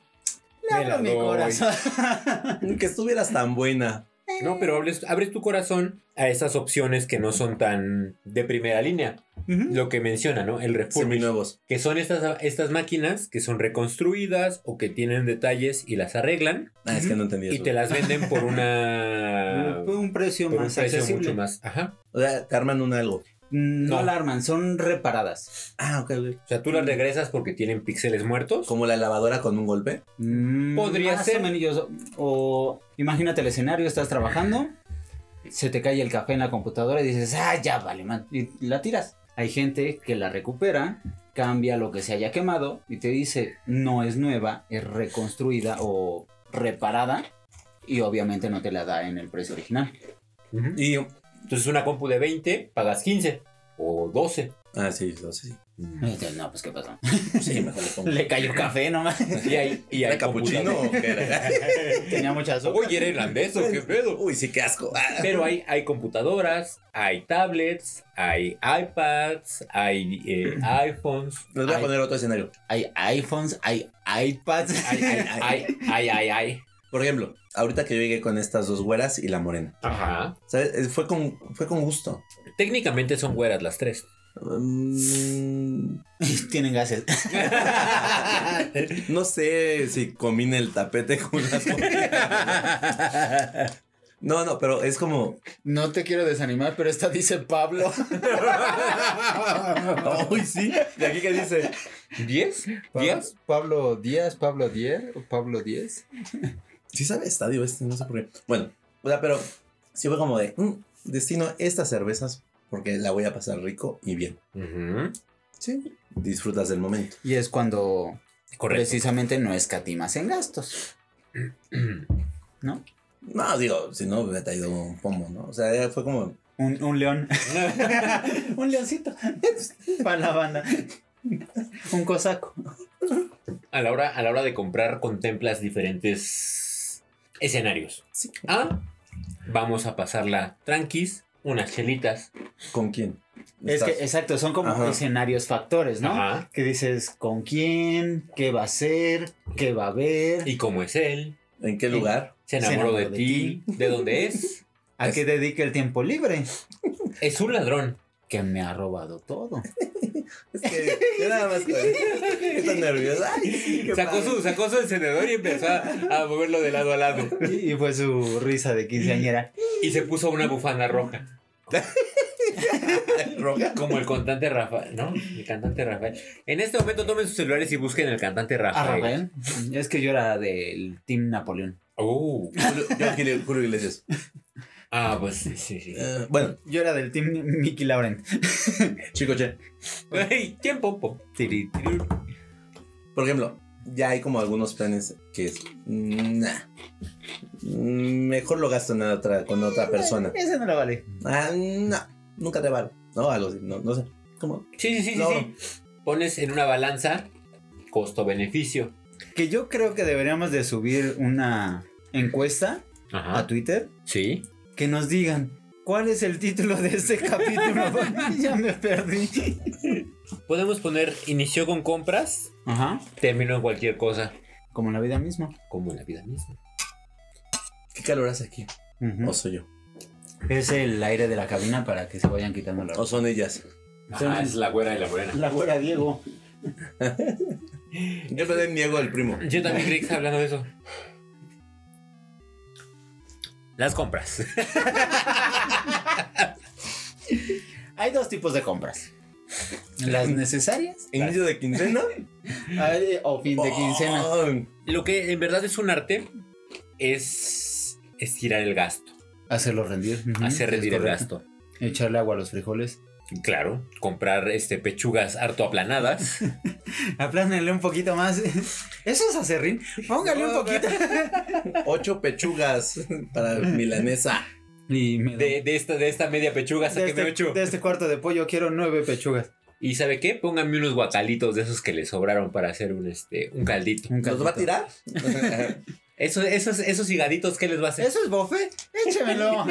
Speaker 3: Le
Speaker 1: Me la
Speaker 3: hablo a mi
Speaker 1: doy".
Speaker 3: corazón.
Speaker 4: Que estuvieras tan buena.
Speaker 1: No, pero hables- abres tu corazón a esas opciones que no son tan de primera línea.
Speaker 3: Ujú.
Speaker 1: Lo que menciona, ¿no? El refurbish,
Speaker 4: Seminuevos.
Speaker 1: que son estas, estas máquinas que son reconstruidas o que tienen detalles y las arreglan
Speaker 4: Ah, es que no entendí
Speaker 1: y
Speaker 4: eso.
Speaker 1: te las venden por una...
Speaker 3: Fue un precio
Speaker 1: por un
Speaker 3: más
Speaker 1: precio
Speaker 3: accesible.
Speaker 1: mucho más. Ajá.
Speaker 4: O sea, te arman un algo.
Speaker 3: Mm, No
Speaker 1: No.
Speaker 3: alarman, son reparadas.
Speaker 4: Ah, ok, ok.
Speaker 1: O sea, tú las regresas porque tienen píxeles muertos.
Speaker 4: Como la lavadora con un golpe.
Speaker 3: Mm,
Speaker 1: Podría
Speaker 3: más
Speaker 1: ser.
Speaker 3: o menos, yo- o imagínate el escenario, estás trabajando, se te cae el café en la computadora y dices, ah, ya vale, man. Y la tiras. Hay gente que la recupera, cambia lo que se haya quemado y te dice, no es nueva, es reconstruida o reparada. Y obviamente no te la da en el precio original.
Speaker 1: Ujú.
Speaker 4: Y.
Speaker 1: Entonces una compu de 20, pagas 15 o 12.
Speaker 4: Ah, sí, no sé, sí.
Speaker 3: Y dices, no, pues qué pasó.
Speaker 4: Sí, mejor le pongo.
Speaker 3: Le cayó café nomás.
Speaker 1: Y hay, y
Speaker 4: ¿Era
Speaker 1: hay
Speaker 4: capuchino o
Speaker 1: computadoras.
Speaker 4: qué era?
Speaker 3: Tenía mucha azúcar.
Speaker 1: Oye, era irlandés o qué pedo.
Speaker 4: Uy, sí, qué asco. Ah.
Speaker 1: Pero hay, hay computadoras, hay tablets, hay iPads, hay eh, iPhones.
Speaker 4: Les voy a
Speaker 3: Ay.
Speaker 4: poner otro escenario.
Speaker 3: Hay iPhones, hay iPads.
Speaker 1: Hay, hay, hay, hay, hay, hay.
Speaker 4: Por ejemplo, ahorita que yo llegué con estas dos güeras y la morena.
Speaker 1: Ajá.
Speaker 4: ¿Sabes? Eh, Fue con, fue con gusto.
Speaker 1: Técnicamente son güeras las tres.
Speaker 4: Mm,
Speaker 3: Tienen gases.
Speaker 4: no sé si combina el tapete con las morenas. No, no, pero es como.
Speaker 3: No te quiero desanimar, pero esta dice Pablo.
Speaker 4: Uy, sí. De aquí que dice.
Speaker 1: ¿Diez? ¿Diez?
Speaker 3: Pablo Díaz, Pablo Dier, o Pablo Diez.
Speaker 4: Sí sabe estadio este, no sé por qué. Bueno, o sea, pero sí fue como de, "Mm, destino estas cervezas porque la voy a pasar rico y bien.
Speaker 1: Ujú,
Speaker 4: Sí, disfrutas del momento.
Speaker 3: Y es cuando
Speaker 1: Correcto.
Speaker 3: precisamente no escatimas en gastos. ¿No?
Speaker 4: No, digo, si no, me hubiera traído un pomo, ¿no? O sea, fue como,
Speaker 3: Un, un león. un leoncito. Para la banda. Un cosaco.
Speaker 1: A la hora, a la hora de comprar, contemplas diferentes escenarios. Ah, vamos a pasarla tranquis, unas chelitas.
Speaker 4: ¿con quién?
Speaker 3: Es
Speaker 4: Estás-
Speaker 3: que, exacto, son como
Speaker 4: Ajá.
Speaker 3: escenarios factores, ¿no?
Speaker 1: Ajá.
Speaker 3: Que dices con quién, qué va a ser, qué va a haber,
Speaker 1: ¿Y cómo es él?
Speaker 4: ¿En qué lugar?
Speaker 1: ¿Se enamoró, de, ti? ¿De dónde es?
Speaker 3: a qué dedique el tiempo libre.
Speaker 1: Es un ladrón.
Speaker 3: Que me ha robado todo.
Speaker 4: Es que yo nada más con- Estoy nerviosa. Ay, sí, qué
Speaker 1: Sacó
Speaker 4: padre.
Speaker 1: su, sacó su encendedor y empezó a, a moverlo de lado a lado.
Speaker 3: Y, y fue su risa de quinceañera.
Speaker 1: Y se puso una bufanda roja.
Speaker 4: roja.
Speaker 1: Como el cantante Rafael, ¿no? El cantante Rafael. En este momento tomen sus celulares y busquen el cantante
Speaker 3: A
Speaker 1: Rafael.
Speaker 3: Rafael. Ah, Es que yo era del Team Napoleón.
Speaker 1: Oh.
Speaker 4: Julio- Yo aquí le- Julio Iglesias.
Speaker 1: Ah, pues sí, sí, sí.
Speaker 4: Eh, bueno,
Speaker 3: Yo era del Team Mickey Laurent.
Speaker 4: chico, che.
Speaker 1: Ay, ¿Quién popo? Tiri, tiri.
Speaker 4: Por ejemplo, ya hay como algunos planes que es. Nah. Mm, Mejor lo gasto en otra, con otra persona.
Speaker 3: Ese no lo vale.
Speaker 4: Ah, no, nunca te vale. No, algo así, no, no sé. ¿Cómo?
Speaker 1: Sí, sí, sí, sí,
Speaker 4: No.
Speaker 1: sí. Pones en una balanza costo-beneficio.
Speaker 3: Que yo creo que deberíamos de subir una encuesta a
Speaker 1: Ajá.
Speaker 3: Twitter
Speaker 1: Sí.
Speaker 3: que nos digan cuál es el título de este capítulo. ya me perdí.
Speaker 1: Podemos poner inició con compras,
Speaker 3: Ajá.
Speaker 1: terminó en cualquier cosa.
Speaker 3: Como en la vida misma.
Speaker 1: Como en la vida misma.
Speaker 4: ¿Qué calor hace aquí?
Speaker 3: Ujú.
Speaker 4: O soy yo.
Speaker 3: Es el aire de la cabina para que se vayan quitando la
Speaker 4: O son ellas.
Speaker 1: Ajá, es la güera y la morena.
Speaker 3: La güera Diego.
Speaker 4: Yo también niego al primo.
Speaker 1: Yo también creí que estaba hablando de eso. Las compras.
Speaker 3: Hay dos tipos de compras. Las necesarias
Speaker 4: Inicio de quincena.
Speaker 3: ay, o fin de quincena.
Speaker 4: Oh,
Speaker 1: Lo que en verdad es un arte es estirar el gasto,
Speaker 3: Hacerlo rendir. ujú,
Speaker 1: hacer
Speaker 3: es
Speaker 1: rendir el
Speaker 3: correcto.
Speaker 1: gasto.
Speaker 3: Echarle agua a los frijoles.
Speaker 1: Claro, comprar este pechugas harto aplanadas.
Speaker 3: Aplánenle un poquito más. Eso es acerrín. Póngale un poquito.
Speaker 4: Ocho pechugas para milanesa.
Speaker 3: Y me
Speaker 1: De, de esta, de esta media pechuga,
Speaker 3: de,
Speaker 1: sáqueme
Speaker 3: este,
Speaker 1: ocho.
Speaker 3: de este cuarto de pollo quiero nueve pechugas.
Speaker 1: Y ¿sabe qué? Pónganme unos guacalitos de esos que le sobraron para hacer un, este, un caldito.
Speaker 4: ¿Nos va a tirar?
Speaker 1: Esos, esos, esos higaditos, ¿qué les va a hacer?
Speaker 3: ¿Eso es bofe? Échemelo.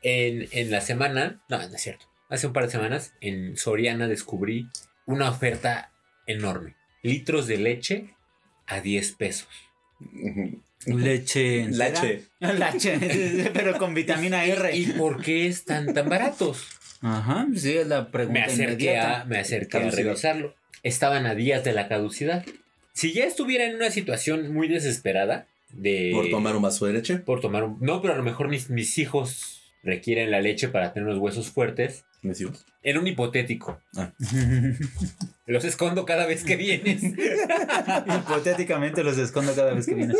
Speaker 1: En, en la semana, no, no es cierto, hace un par de semanas en Soriana descubrí una oferta enorme. Litros de leche a 10 pesos.
Speaker 3: Leche. entera.
Speaker 4: Lache.
Speaker 3: Lache. Pero con vitamina R.
Speaker 1: ¿Y por qué están tan baratos?
Speaker 3: Ajá, sí, es la pregunta.
Speaker 1: Me acerqué, a, me acerqué a
Speaker 4: Caducidad.
Speaker 1: revisarlo. Estaban a días de la caducidad. Si ya estuviera en una situación muy desesperada de...
Speaker 4: Por tomar un vaso de leche.
Speaker 1: por tomar un... No, pero a lo mejor mis, mis hijos requieren la leche para tener unos huesos fuertes.
Speaker 4: Mis hijos.
Speaker 1: En un hipotético.
Speaker 4: Ah.
Speaker 3: inmediata.
Speaker 1: Los escondo cada vez que vienes.
Speaker 3: Hipotéticamente los escondo cada vez que viene.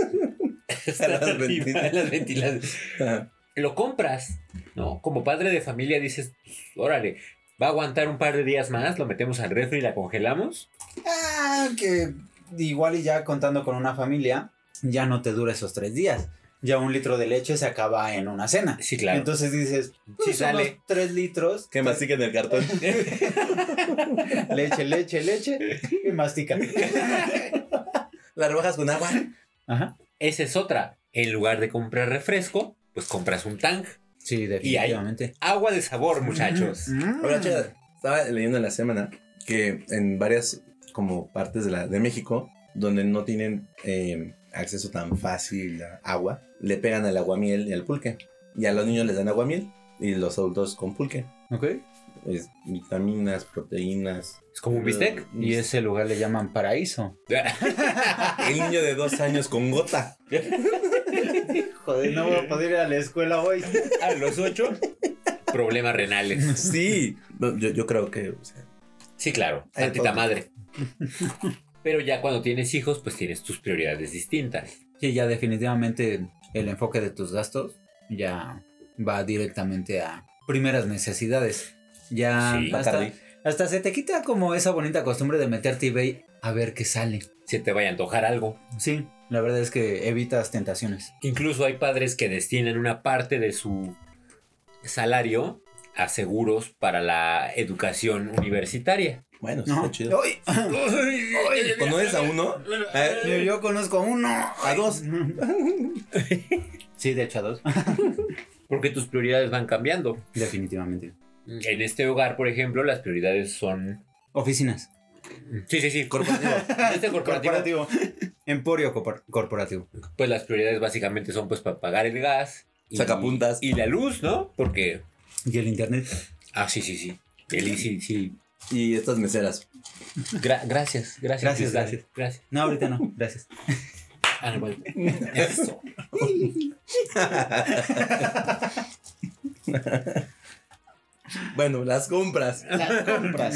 Speaker 1: Está
Speaker 4: Las
Speaker 1: arriba,
Speaker 4: ventilas.
Speaker 1: las ventilas.
Speaker 4: Ajá.
Speaker 1: Lo compras, ¿no? Como padre de familia dices, "Pues, órale, va a aguantar un par de días más, lo metemos al refri y la congelamos.
Speaker 3: Ah, que igual y ya contando con una familia, ya no te dura esos tres días. Ya un litro de leche se acaba en una cena.
Speaker 1: Sí, claro.
Speaker 3: Entonces dices,
Speaker 1: Sí,
Speaker 3: pues
Speaker 1: sale.
Speaker 3: unos tres litros,
Speaker 4: Que mastiquen el cartón.
Speaker 3: leche, leche, leche, y mastica.
Speaker 4: Las rebajas con agua.
Speaker 3: Ajá.
Speaker 1: Esa es otra. En lugar de comprar refresco, pues compras un tank.
Speaker 3: Sí,
Speaker 1: definitivamente.
Speaker 3: definitivamente.
Speaker 1: Agua de sabor, muchachos.
Speaker 2: Mm.
Speaker 4: Ahora, chica, estaba leyendo en la semana que en varias como partes de, la, de México donde no tienen eh, acceso tan fácil a agua, le pegan al aguamiel y al pulque. Y a los niños les dan aguamiel y los adultos con pulque.
Speaker 3: Ok.
Speaker 4: Es vitaminas, proteínas.
Speaker 1: Es como un bistec.
Speaker 3: Y ese lugar le llaman paraíso.
Speaker 4: El niño de dos años con gota.
Speaker 2: Joder, no voy a poder ir a la escuela hoy.
Speaker 1: A los ocho, problemas renales.
Speaker 4: Sí, no, yo, yo creo que. o sea,
Speaker 1: Sí, claro,
Speaker 4: Hay
Speaker 1: tantita
Speaker 4: todo.
Speaker 1: madre. Pero ya cuando tienes hijos, pues tienes tus prioridades distintas.
Speaker 3: Sí, ya definitivamente el enfoque de tus gastos ya va directamente a primeras necesidades. Ya
Speaker 1: Sí,
Speaker 3: hasta,
Speaker 4: Bacardi.
Speaker 3: hasta se te quita como esa bonita costumbre de meterte a eBay a ver qué sale.
Speaker 1: Se te vaya a antojar algo.
Speaker 3: Sí, la verdad es que evitas tentaciones.
Speaker 1: Incluso hay padres que destinan una parte de su salario a seguros para la educación universitaria.
Speaker 4: Bueno, sí
Speaker 3: ¿No?
Speaker 4: está chido. ¿Cuando es a uno?
Speaker 3: Yo,
Speaker 4: eh,
Speaker 3: yo conozco a uno.
Speaker 4: a dos.
Speaker 3: Sí, de hecho a dos.
Speaker 1: Porque tus prioridades van cambiando.
Speaker 3: Definitivamente.
Speaker 1: En este hogar, por ejemplo, las prioridades son...
Speaker 3: Oficinas.
Speaker 1: Sí, sí, sí, corporativo. En este corporativo,
Speaker 3: Corporativo. Emporio copor- corporativo.
Speaker 1: pues las prioridades básicamente son pues para pagar el gas. y-
Speaker 4: Sacapuntas.
Speaker 1: Y la luz, ¿no? Porque...
Speaker 3: Y el internet.
Speaker 1: Ah, sí, sí, sí. El, sí, sí.
Speaker 4: Y estas meseras.
Speaker 1: Gra- gracias, gracias.
Speaker 3: Gracias,
Speaker 1: Cristian.
Speaker 3: gracias.
Speaker 1: Gracias.
Speaker 3: No, ahorita no. Gracias.
Speaker 1: Ah, no, bueno. Eso.
Speaker 4: Bueno, las compras.
Speaker 3: Las compras.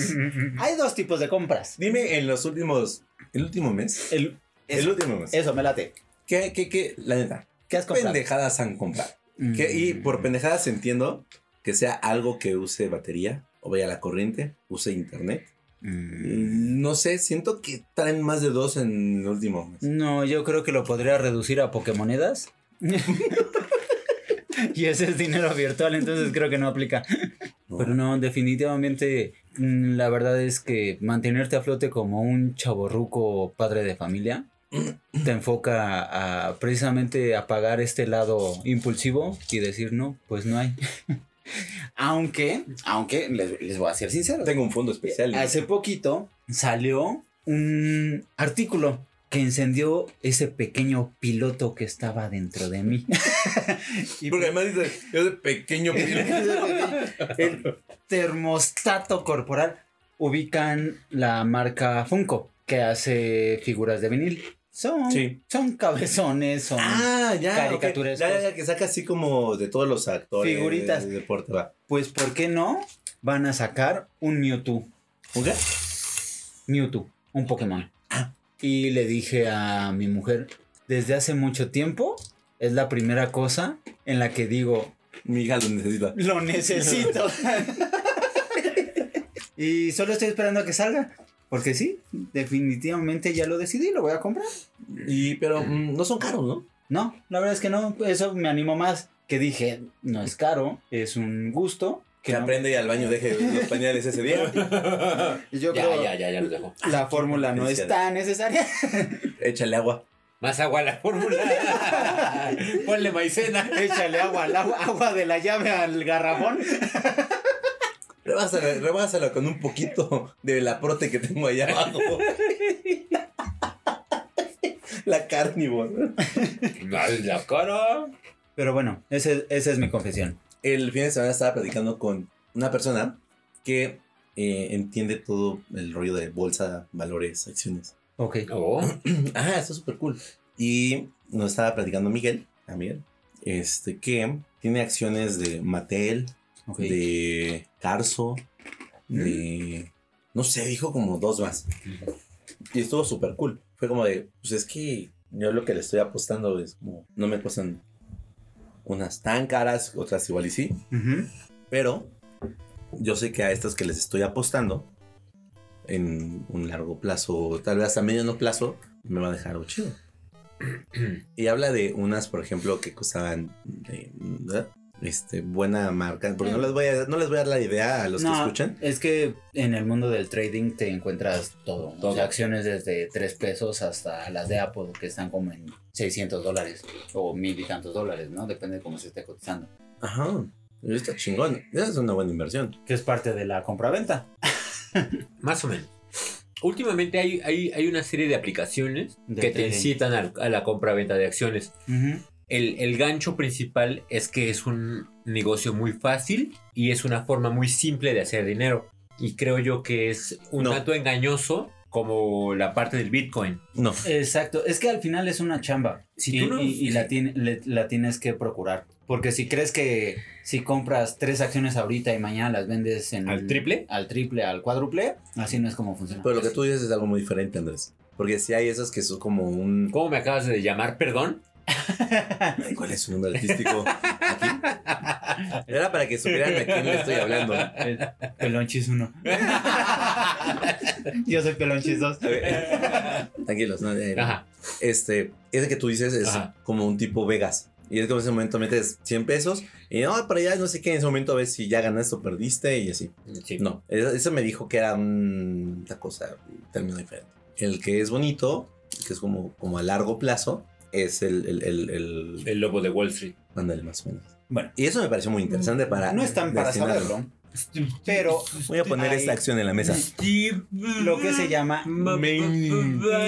Speaker 3: Hay dos tipos de compras.
Speaker 4: Dime en los últimos. El último mes.
Speaker 3: El-
Speaker 4: El
Speaker 3: eso.
Speaker 4: último mes.
Speaker 3: Eso, me late.
Speaker 4: ¿Qué, qué, qué? La neta.
Speaker 3: ¿Qué has comprado? Mm.
Speaker 4: Pendejadas han comprado. Que- y por
Speaker 3: pendejo.
Speaker 4: pendejadas entiendo que sea algo que use batería o vaya a la corriente, use internet. Mm, No sé, siento que traen más de dos en el último mes.
Speaker 3: No, yo creo que lo podría reducir a Pokémonedas. y ese es dinero virtual, entonces creo que no aplica. Pero no, definitivamente mm, la verdad es que mantenerte a flote como un chaborruco padre de familia te enfoca a precisamente apagar este lado impulsivo y decir no, pues no hay. aunque, aunque les, les voy a ser sincero.
Speaker 4: Tengo un fondo especial.
Speaker 3: Hace poquito salió un artículo que encendió ese pequeño piloto que estaba dentro de mí.
Speaker 4: Y porque además dice, yo de pequeño
Speaker 3: El termostato corporal. Ubican la marca Funko, que hace figuras de vinil. Son,
Speaker 4: Sí.
Speaker 3: son cabezones, son...
Speaker 4: Ah, ya.
Speaker 3: Caricaturescos.
Speaker 4: ok. Ya, ya, ya, que saca así como de todos los actores.
Speaker 3: Figuritas.
Speaker 4: De deporte, va.
Speaker 3: Pues, ¿por qué no? Van a sacar un Mewtwo.
Speaker 4: ¿Ok?
Speaker 3: Mewtwo, un Pokémon.
Speaker 4: Ah.
Speaker 3: Y le dije a mi mujer, desde hace mucho tiempo es la primera cosa en la que digo,
Speaker 4: Mi hija lo necesita.
Speaker 3: lo necesito. y solo estoy esperando a que salga. Porque sí, definitivamente ya lo decidí, lo voy a comprar.
Speaker 4: Y, pero mm, no son caros, ¿no?
Speaker 3: No, la verdad es que no, eso me animó más. Que dije, no es caro, es un gusto.
Speaker 4: Que
Speaker 3: no-
Speaker 4: aprende y al baño deje los pañales ese día.
Speaker 3: Yo
Speaker 1: Ya,
Speaker 3: creo
Speaker 1: ya, ya, ya los dejo.
Speaker 3: la fórmula no es tan necesaria.
Speaker 4: Échale agua.
Speaker 1: Más agua a la fórmula. Ponle maicena.
Speaker 3: Échale agua, al agua, agua de la llave al garrafón.
Speaker 4: Rebásala, rebásala con un poquito de la prote que tengo allá abajo. la carnívoro.
Speaker 1: Más la cara.
Speaker 3: Pero bueno, ese- esa es mi confesión.
Speaker 4: El fin de semana estaba platicando con una persona que eh, entiende todo el rollo de bolsa, valores, acciones.
Speaker 3: Ok.
Speaker 1: Oh,
Speaker 4: Ah, está súper cool. Y nos estaba platicando Miguel, también, este, que tiene acciones de Mattel,
Speaker 3: ok.
Speaker 4: de Carso, de... No sé, dijo como dos más. Y estuvo súper cool. Fue como de, pues es que yo lo que le estoy apostando es como, no me cuestan unas tan caras, otras igual y sí,
Speaker 3: Ujú.
Speaker 4: pero yo sé que a estas que les estoy apostando, en un largo plazo, tal vez a mediano plazo, me va a dejar algo chido. y habla de unas, por ejemplo, que costaban eh, ¿verdad? este, buena marca. Porque no les, voy a, no les voy a dar la idea a los que
Speaker 3: No,
Speaker 4: escuchan.
Speaker 3: Es que en el mundo del trading te encuentras todo. O sea, acciones desde 3 pesos hasta las de Apple que están como en 600 dólares o mil y tantos dólares, ¿no? Depende de cómo se esté cotizando.
Speaker 4: Ajá. Está chingón. Esa es una buena inversión.
Speaker 3: Que es parte de la compraventa.
Speaker 1: más o menos. Últimamente hay, hay, hay una serie de aplicaciones
Speaker 3: De
Speaker 1: que te
Speaker 3: trading.
Speaker 1: incitan al- a, la compra-venta de acciones. El, el gancho principal es que es un negocio muy fácil y es una forma muy simple de hacer dinero. Y creo yo que es un
Speaker 4: No.
Speaker 1: tanto engañoso como la parte del Bitcoin.
Speaker 4: No.
Speaker 3: Eh. Exacto, es que al final es una chamba
Speaker 1: Si
Speaker 3: y,
Speaker 1: tú no-
Speaker 3: y- y la, tien- le- la tienes que procurar. Porque si crees que si compras tres acciones ahorita y mañana las vendes en
Speaker 1: ¿Al triple?
Speaker 3: al triple, al cuádruple, así no es como funciona.
Speaker 4: Pero lo que tú dices es algo muy diferente, Andrés. Porque si hay esas que son como un.
Speaker 1: ¿Cómo me acabas de llamar? Perdón.
Speaker 4: ¿Cuál es su mundo artístico? Aquí. Era para que supieran a quién le estoy hablando. A
Speaker 3: El Pelonchis 1. Yo soy Pelonchis 2.
Speaker 4: ver, Tranquilos, no, eh,
Speaker 1: Ajá.
Speaker 4: Este, ese que tú dices es
Speaker 1: Ajá.
Speaker 4: como un tipo Vegas. Y es como en ese momento metes 100 pesos y no, para allá no sé qué, en ese momento ves si ya ganaste o perdiste y así.
Speaker 1: Sí.
Speaker 4: No, ese ese me dijo que era un- una cosa, un término diferente. El que es bonito, que es como, como a largo plazo, es el, el, el, el-
Speaker 1: El lobo de Wall Street.
Speaker 4: ándale, más o menos.
Speaker 3: Bueno. Mm,
Speaker 4: Y eso me pareció muy interesante para...
Speaker 3: No están para
Speaker 4: destinarlo.
Speaker 3: saberlo, Mm, pero
Speaker 4: Voy a poner
Speaker 3: Ay.
Speaker 4: esta acción en la mesa.
Speaker 3: lo que se llama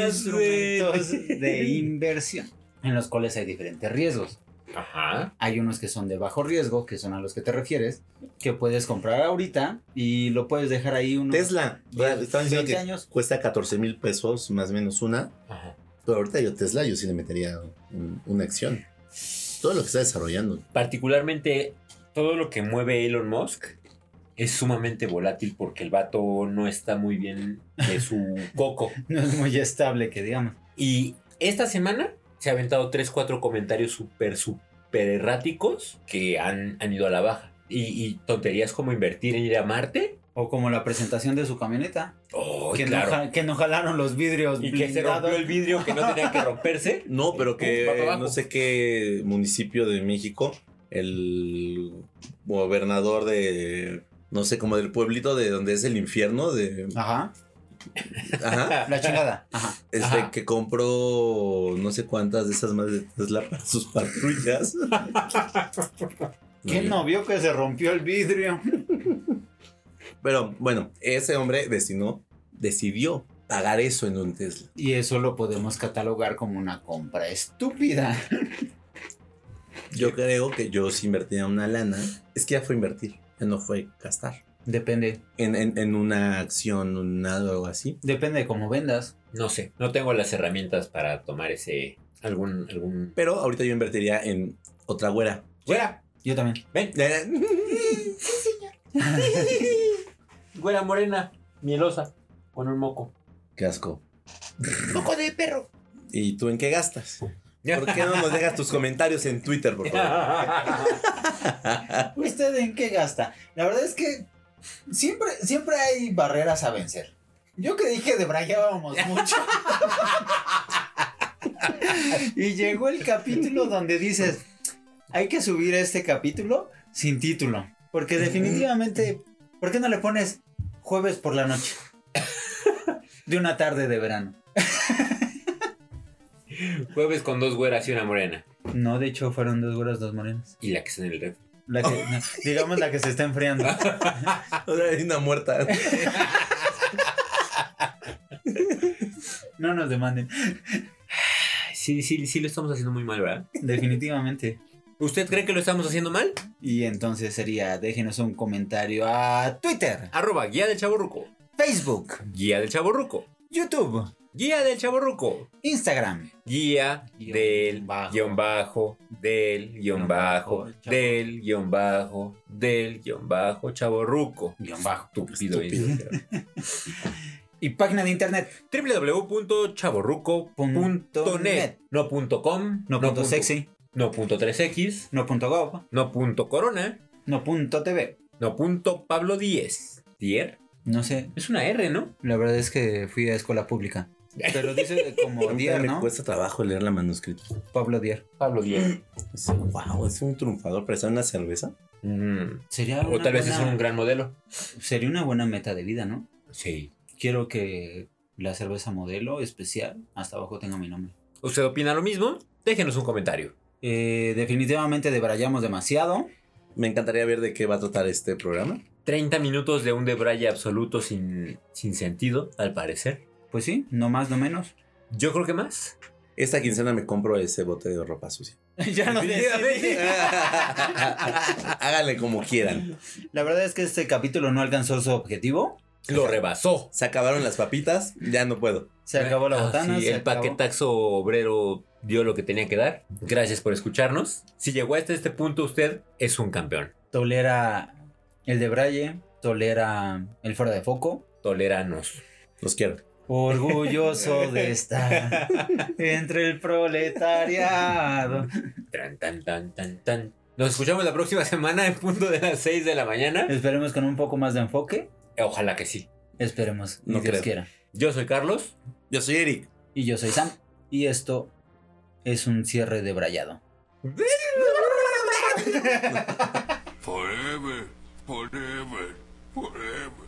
Speaker 3: instrumentos de inversión, en los cuales hay diferentes riesgos.
Speaker 1: Ajá.
Speaker 3: Hay unos que son de bajo riesgo, que son a los que te refieres, que puedes comprar ahorita y lo puedes dejar ahí unos
Speaker 4: Tesla, ¿verdad?
Speaker 3: 10,
Speaker 4: estaban diciendo
Speaker 3: 20
Speaker 4: que
Speaker 3: años.
Speaker 4: cuesta 14 mil pesos, más o menos una.
Speaker 1: Ajá.
Speaker 4: Pero ahorita yo Tesla, yo sí le metería un- una acción. Todo lo que está desarrollando.
Speaker 1: Particularmente, todo lo que mueve Elon Musk es sumamente volátil porque el vato no está muy bien de su coco.
Speaker 3: No es muy estable, que digamos.
Speaker 1: Y esta semana se ha aventado 3, 4 comentarios súper, súper erráticos que han, han ido a la baja. Y, y tonterías como invertir en ir a Marte.
Speaker 3: O como la presentación de su camioneta,
Speaker 1: Oh,
Speaker 3: que,
Speaker 1: claro.
Speaker 3: no, ja- que no jalaron los vidrios
Speaker 1: Y que se
Speaker 3: blindados.
Speaker 1: rompió el vidrio que no tenía que romperse.
Speaker 4: No, pero
Speaker 1: Pum, va para
Speaker 4: que
Speaker 1: abajo.
Speaker 4: no sé qué municipio de México, el gobernador de, no sé, como del pueblito de donde es el infierno, de...
Speaker 3: Ajá,
Speaker 4: Ajá,
Speaker 3: la chingada. Ajá.
Speaker 4: este,
Speaker 1: Ajá.
Speaker 4: que compró no sé cuántas de esas madres de Tesla para sus patrullas.
Speaker 3: ¿Quién no vio que se rompió el vidrio?
Speaker 4: Pero bueno, ese hombre destinó, decidió pagar eso en un Tesla.
Speaker 3: Y eso lo podemos catalogar como una compra estúpida.
Speaker 4: Yo creo que yo si invertía una lana, es que ya fue invertir, ya no fue gastar.
Speaker 3: Depende,
Speaker 4: En, en- en una acción, un algo así.
Speaker 3: depende de cómo vendas.
Speaker 1: No sé, no tengo las herramientas para tomar ese. algún. algún.
Speaker 4: Pero ahorita yo invertiría en otra güera.
Speaker 1: ¡Güera!
Speaker 3: Yo también.
Speaker 1: ¡Ven! ¡Güera morena! Mielosa. Con un moco.
Speaker 4: Qué asco. Poco de perro. ¿Y tú en qué gastas? ¿Por qué no nos dejas tus comentarios en Twitter, por favor?
Speaker 3: ¿Usted en qué gasta?
Speaker 2: La verdad es que siempre, siempre hay barreras a vencer. Yo creí que debrayábamos mucho.
Speaker 3: Y llegó el capítulo donde dices, hay que subir este capítulo sin título. Porque definitivamente, ¿por qué no le pones jueves por la noche? De una tarde de verano.
Speaker 1: Jueves con dos güeras y una morena.
Speaker 3: No, de hecho fueron dos horas, dos morenas.
Speaker 1: Y la que está en el red.
Speaker 3: La que- no, digamos la que se está enfriando.
Speaker 4: O sea, hay una muerta.
Speaker 3: No nos demanden.
Speaker 1: Sí, sí, sí lo estamos haciendo muy mal, ¿verdad?
Speaker 3: Definitivamente.
Speaker 1: ¿Usted cree que lo estamos haciendo mal?
Speaker 3: Y entonces sería, déjenos un comentario a Twitter,
Speaker 1: Arroba guía del chaborruco.
Speaker 3: Facebook,
Speaker 1: Guía del chaborruco.
Speaker 3: YouTube,
Speaker 1: Guía del chaborruco.
Speaker 3: Instagram.
Speaker 1: Guía
Speaker 3: Guión
Speaker 1: del
Speaker 3: bajo.
Speaker 1: guión bajo, del guión bajo,
Speaker 3: bajo, chavo.
Speaker 1: del guión bajo, del guión bajo, chaborruco.
Speaker 3: Guión bajo.
Speaker 1: Estúpido.
Speaker 3: Y página de internet.
Speaker 1: www.chaborruco.net. No punto com.
Speaker 3: No, punto sexy.
Speaker 1: No punto 3x.
Speaker 3: No punto gov.
Speaker 1: No punto corona.
Speaker 3: No punto TV.
Speaker 1: No punto Pablo 10. ¿Dier?
Speaker 3: No sé,
Speaker 1: Es una R, ¿no?
Speaker 3: la verdad es que fui a escuela pública. Pero dice como Dier,
Speaker 4: Me
Speaker 3: ¿no?
Speaker 4: cuesta trabajo leer la manuscrita.
Speaker 3: Pablo Dier.
Speaker 1: Pablo 10.
Speaker 4: Es- Wow, es un triunfador, pero está en una cerveza.
Speaker 1: Mm.
Speaker 3: Sería
Speaker 1: O
Speaker 3: Ah, una
Speaker 1: tal vez es
Speaker 3: buena-
Speaker 1: un gran modelo.
Speaker 3: sería una buena meta de vida, ¿no?
Speaker 1: Sí.
Speaker 3: Quiero que la cerveza modelo especial hasta abajo tenga mi nombre.
Speaker 1: ¿Usted opina lo mismo? Déjenos un comentario.
Speaker 3: Eh, definitivamente debrayamos demasiado.
Speaker 4: Me encantaría ver de qué va a tratar este programa.
Speaker 1: 30 minutos de un debraye absoluto sin, sin sentido, al parecer.
Speaker 3: Pues sí, no más, no menos.
Speaker 1: Yo creo que más.
Speaker 4: Esta quincena me compro ese bote de ropa sucia.
Speaker 3: ya no decidí.
Speaker 4: Háganle como quieran.
Speaker 3: La verdad es que este capítulo no alcanzó su objetivo.
Speaker 1: Lo rebasó.
Speaker 4: Se acabaron las papitas, ya no puedo.
Speaker 3: Se acabó la
Speaker 1: Ah,
Speaker 3: botana.
Speaker 1: sí,
Speaker 3: se
Speaker 1: el
Speaker 3: acabó.
Speaker 1: paquetaxo obrero dio lo que tenía que dar. Gracias por escucharnos. Si llegó hasta este punto, usted es un campeón.
Speaker 3: Tolera el de Braille, tolera el fuera de foco.
Speaker 1: Toleranos.
Speaker 4: Los quiero.
Speaker 3: Orgulloso de estar entre el proletariado.
Speaker 1: Tran, tan, tan, tan, tan. Nos escuchamos la próxima semana en punto de las 6 de la mañana.
Speaker 3: Esperemos con un poco más de enfoque.
Speaker 1: Ojalá que sí.
Speaker 3: Esperemos,
Speaker 4: No
Speaker 3: ni Dios
Speaker 4: creo.
Speaker 3: quiera.
Speaker 1: Yo soy Carlos.
Speaker 4: Yo soy Eric.
Speaker 3: Y yo soy Sam. Y esto es un cierre de brayado.
Speaker 8: Forever, forever, forever.